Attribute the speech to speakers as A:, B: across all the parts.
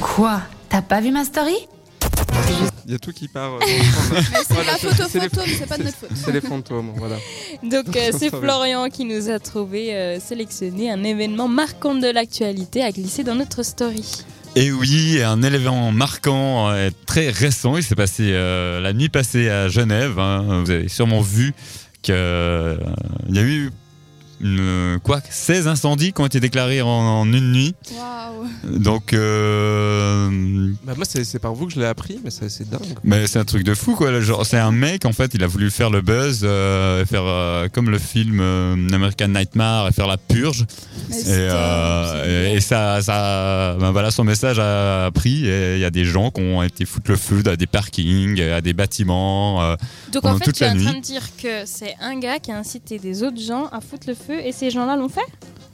A: Quoi T'as pas vu ma story
B: Il y a tout qui part. euh,
C: C'est
B: Voilà,
C: la faute aux
B: c'est les-
C: fantômes, c'est pas de notre faute.
B: C'est les fantômes, voilà.
D: Donc euh, c'est
B: Ça va.
D: Florian qui nous a trouvé euh, sélectionné un événement marquant de l'actualité à glisser dans notre story.
E: Et oui, un événement marquant, euh, très récent, il s'est passé euh, la nuit passée à Genève. hein. Vous avez sûrement vu qu'il y a eu une- quoi 16 incendies qui ont été déclarés en, en une nuit.
C: Waouh.
E: Donc, euh,
B: Bah, moi, c'est c'est par vous que je l'ai appris, mais c'est c'est dingue.
E: mais c'est un truc de fou, quoi. le Genre, c'est un mec, en fait, il a voulu faire le buzz, euh, faire euh, comme le film euh, American Nightmare, et faire la purge.
C: Mais
E: Et,
C: c'est-
E: euh, et- et ça, ça ben voilà, son message a pris. et Il y a des gens qui ont été foutre le feu à des parkings, à des bâtiments. euh.
D: Donc
E: Pendant
D: en fait
E: toute
D: tu es
E: la
D: en train
E: nuit.
D: de dire que c'est un gars qui a incité des autres gens à foutre le feu et ces gens-là l'ont fait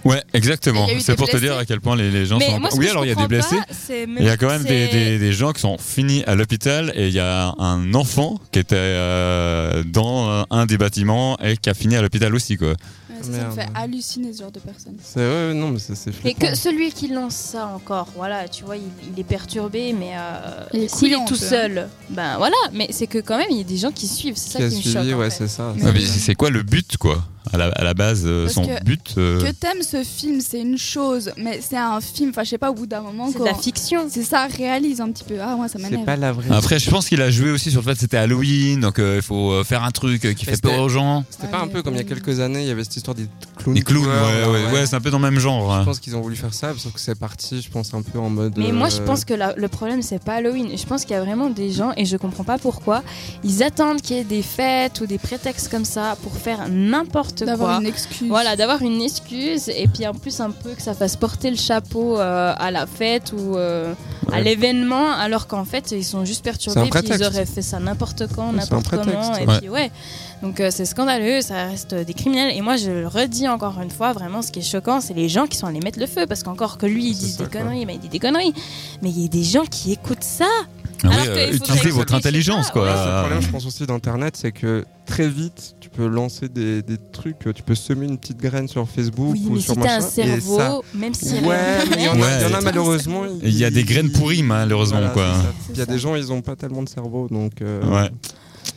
E: Ouais, exactement.
C: Et il y a eu
E: C'est
C: des
E: pour te
C: blessés.
E: dire à quel point les, les gens
D: Mais
E: sont.
D: moi, ce que
E: oui,
D: je
E: alors il y a des
D: comprends
E: blessés.
D: pas, c'est même-
E: Il y a quand même des,
D: c'est-
E: des- des gens qui sont finis à l'hôpital et il y a un enfant qui était euh, dans un des bâtiments et qui a fini à l'hôpital aussi quoi.
C: Ouais, ça, ça me
B: Merde.
C: fait halluciner ce genre de personnes.
B: C'est ouais, ouais, non, mais c'est c'est
D: Et
B: flippant.
D: que celui qui lance ça encore, voilà, tu vois, il, il est perturbé, mais euh,
C: Il est
D: s'il
C: couillant,
D: est tout
C: un peu, hein.
D: seul, ben voilà, mais c'est que quand même, il y a des gens qui suivent, c'est ça
B: Qui a
D: qui, me choque.
B: suivi,
D: en
B: ouais,
D: fait.
B: c'est ça.
C: Mais-
E: Ah,
B: c'est
E: mais
B: ça.
E: c'est quoi le but quoi à la, à la base euh,
C: Parce
E: son
C: que-
E: but euh,
C: Que t'aimes ce film, c'est une chose, mais c'est un film, enfin je sais pas, au bout d'un moment,
D: C'est de la
C: quand-
D: fiction.
C: c'est ça, réalise un petit peu. Ah, moi ça m'énerve.
B: C'est pas la vraie.
E: Après, je pense qu'il a joué aussi sur le fait que c'était Halloween, donc euh, il faut euh, faire un truc euh, qui
B: Mais
E: fait peur
B: c'était-
E: aux gens.
B: C'était pas
C: Ouais,
B: un peu comme il y a
C: mais-
B: quelques années, il y avait cette histoire des clowns.
E: Les clowns, ouais,
B: tueurs,
E: ouais,
B: ouais.
E: ouais, c'est un peu dans le même genre.
B: Je
E: hein.
B: pense qu'ils ont voulu faire ça, sauf que c'est parti, je pense, un peu en mode.
D: Mais moi, je
B: euh,
D: pense que la- le problème, c'est pas Halloween. Je pense qu'il y a vraiment des gens, et je comprends pas pourquoi, ils attendent qu'il y ait des fêtes ou des prétextes comme ça pour faire n'importe
C: D'avoir
D: quoi.
C: une excuse.
D: Voilà, d'avoir une excuse, et puis en plus, un peu que ça fasse porter le chapeau euh, à la fête ou euh, à
B: Ouais.
D: l'événement, alors qu'en fait, ils sont juste
B: C'est un
D: perturbés, puis ils
B: prétexte.
D: auraient fait ça n'importe quand,
B: C'est un
D: n'importe comment,
B: prétexte.
D: et
E: Ouais.
D: puis ouais. Donc, euh, c'est scandaleux, ça reste euh, des criminels, et moi, je le redis encore une fois, vraiment, ce qui est choquant, c'est les gens qui sont allés mettre le feu, parce qu'encore que lui, il
B: C'est
D: dit
B: ça,
D: des
B: quoi.
D: conneries, mais il dit des conneries. Mais il y a des gens qui écoutent ça.
E: Ah
D: Alors
E: oui,
D: que
E: euh,
D: il faudrait
E: utilisez
D: que
E: votre
D: celui qui
E: intelligence,
D: va,
E: quoi.
D: ouais.
B: Le problème,
E: euh,
B: je pense aussi d'Internet, c'est que très vite, tu peux lancer des, des trucs, tu peux semer une petite graine sur Facebook
D: Oui,
B: ou
D: mais
B: sur
D: si t'as
B: machin.
D: un
B: et
D: cerveau,
B: ça-
D: même si
B: Ouais, mais il y en a,
E: Ouais.
B: il y en a malheureusement.
E: Il y a des graines pourries, malheureusement,
B: Voilà,
E: quoi.
B: c'est ça.
C: C'est
B: Il y a
C: ça.
B: des gens, ils ont pas tellement de cerveau, donc. euh,
E: Ouais.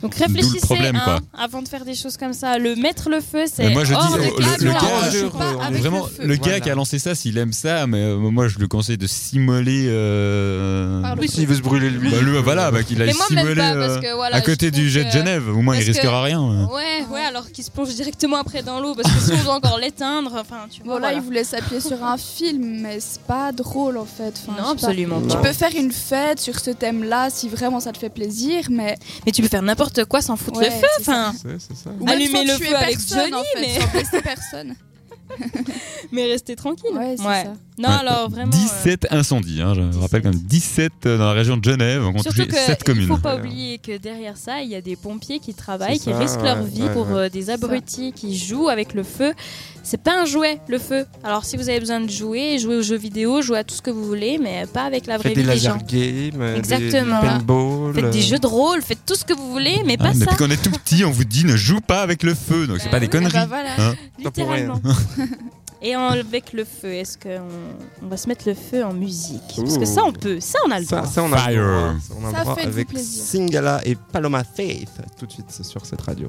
D: Donc
E: le
D: réfléchissez
E: problème,
D: hein,
E: quoi.
D: avant de faire des choses comme ça. Le mettre Oh, le feu, c'est
E: Mais moi, je
D: hors
E: dis,
D: de
E: euh,
D: question.
E: le-
C: Ah,
E: le
C: non,
E: gars,
C: je suis
B: euh,
C: pas
B: on est
C: avec
E: Vraiment,
C: feu.
E: le, gars
B: Voilà.
E: qui a lancé ça, s'il aime ça, mais euh, moi je lui conseille de s'immoler. euh,
C: Par le
B: Oui, s'il veut se brûler lui.
E: bah, lui, voilà, bah, qu'il aille
D: Mais moi même
E: s'immoler
D: pas
E: euh,
D: parce que voilà.
E: à
D: je
E: côté du
D: trouve
E: jet de
D: que-
E: Genève. Au moins, il
D: parce que-
E: risquera rien.
D: Ouais, ouais, alors qu'il se plonge directement après dans l'eau parce que si on doit encore l'éteindre, enfin tu vois.
C: Bon, là, il voulait s'appuyer sur un film, mais c'est pas drôle en fait. Enfin,
D: Non,
C: je sais pas.
D: absolument
B: Tu
D: pas.
C: Tu peux faire une fête sur ce thème-là si vraiment ça te fait plaisir, mais.
D: Mais tu peux faire n'importe quoi sans foutre
C: Ouais,
D: le feu.
C: c'est ça.
D: Enfin,
B: C'est c'est ça.
C: Ou même
D: Allumer
C: sans
D: le
C: tuer
D: feu avec
C: personne,
D: Johnny,
C: en fait,
D: mais-
C: sans blesser personne.
D: mais restez tranquille.
C: Ouais, c'est ça.
D: Non,
E: Ouais.
D: alors vraiment. euh,
E: 17 incendies, hein, je rappelle quand même 17 euh, dans la région de Genève, on
D: Surtout
E: touché
D: que
E: 7
D: il
E: communes.
D: faut pas oublier que derrière ça, il y a des pompiers qui travaillent,
B: C'est
D: qui
B: ça,
D: risquent leur
B: ouais,
D: vie
B: ouais,
D: pour
B: ouais.
D: euh, des abrutis qui jouent avec le feu. C'est pas un jouet, le feu. Alors si vous avez besoin de jouer, jouez aux jeux vidéo, jouez à tout ce que vous voulez, mais pas avec la vraie
B: Faites des
D: vie des gens.
B: laser games, euh, des-
D: Exactement.
B: des paintball.
D: Faites des
B: euh,
D: jeux de rôle, faites tout ce que vous voulez, mais
E: Ah,
D: pas ça.
E: depuis qu'on est tout petit, on vous dit ne joue pas avec le feu, donc c'est
D: Bah
E: pas des
D: oui,
C: Ah
E: conneries.
C: bah voilà.
E: Hein.
D: Littéralement. Et en- avec le feu, est-ce qu'on on va se mettre le feu en musique Parce que
B: Ouh.
D: ça, on peut. Ça, on a le droit.
B: Ça, ça, on a le
E: Fire.
B: droit. Ça, on a le
C: Ça
B: droit
C: fait du
B: avec
C: plaisir.
B: Singala et Paloma Faith tout de suite c'est sur cette radio.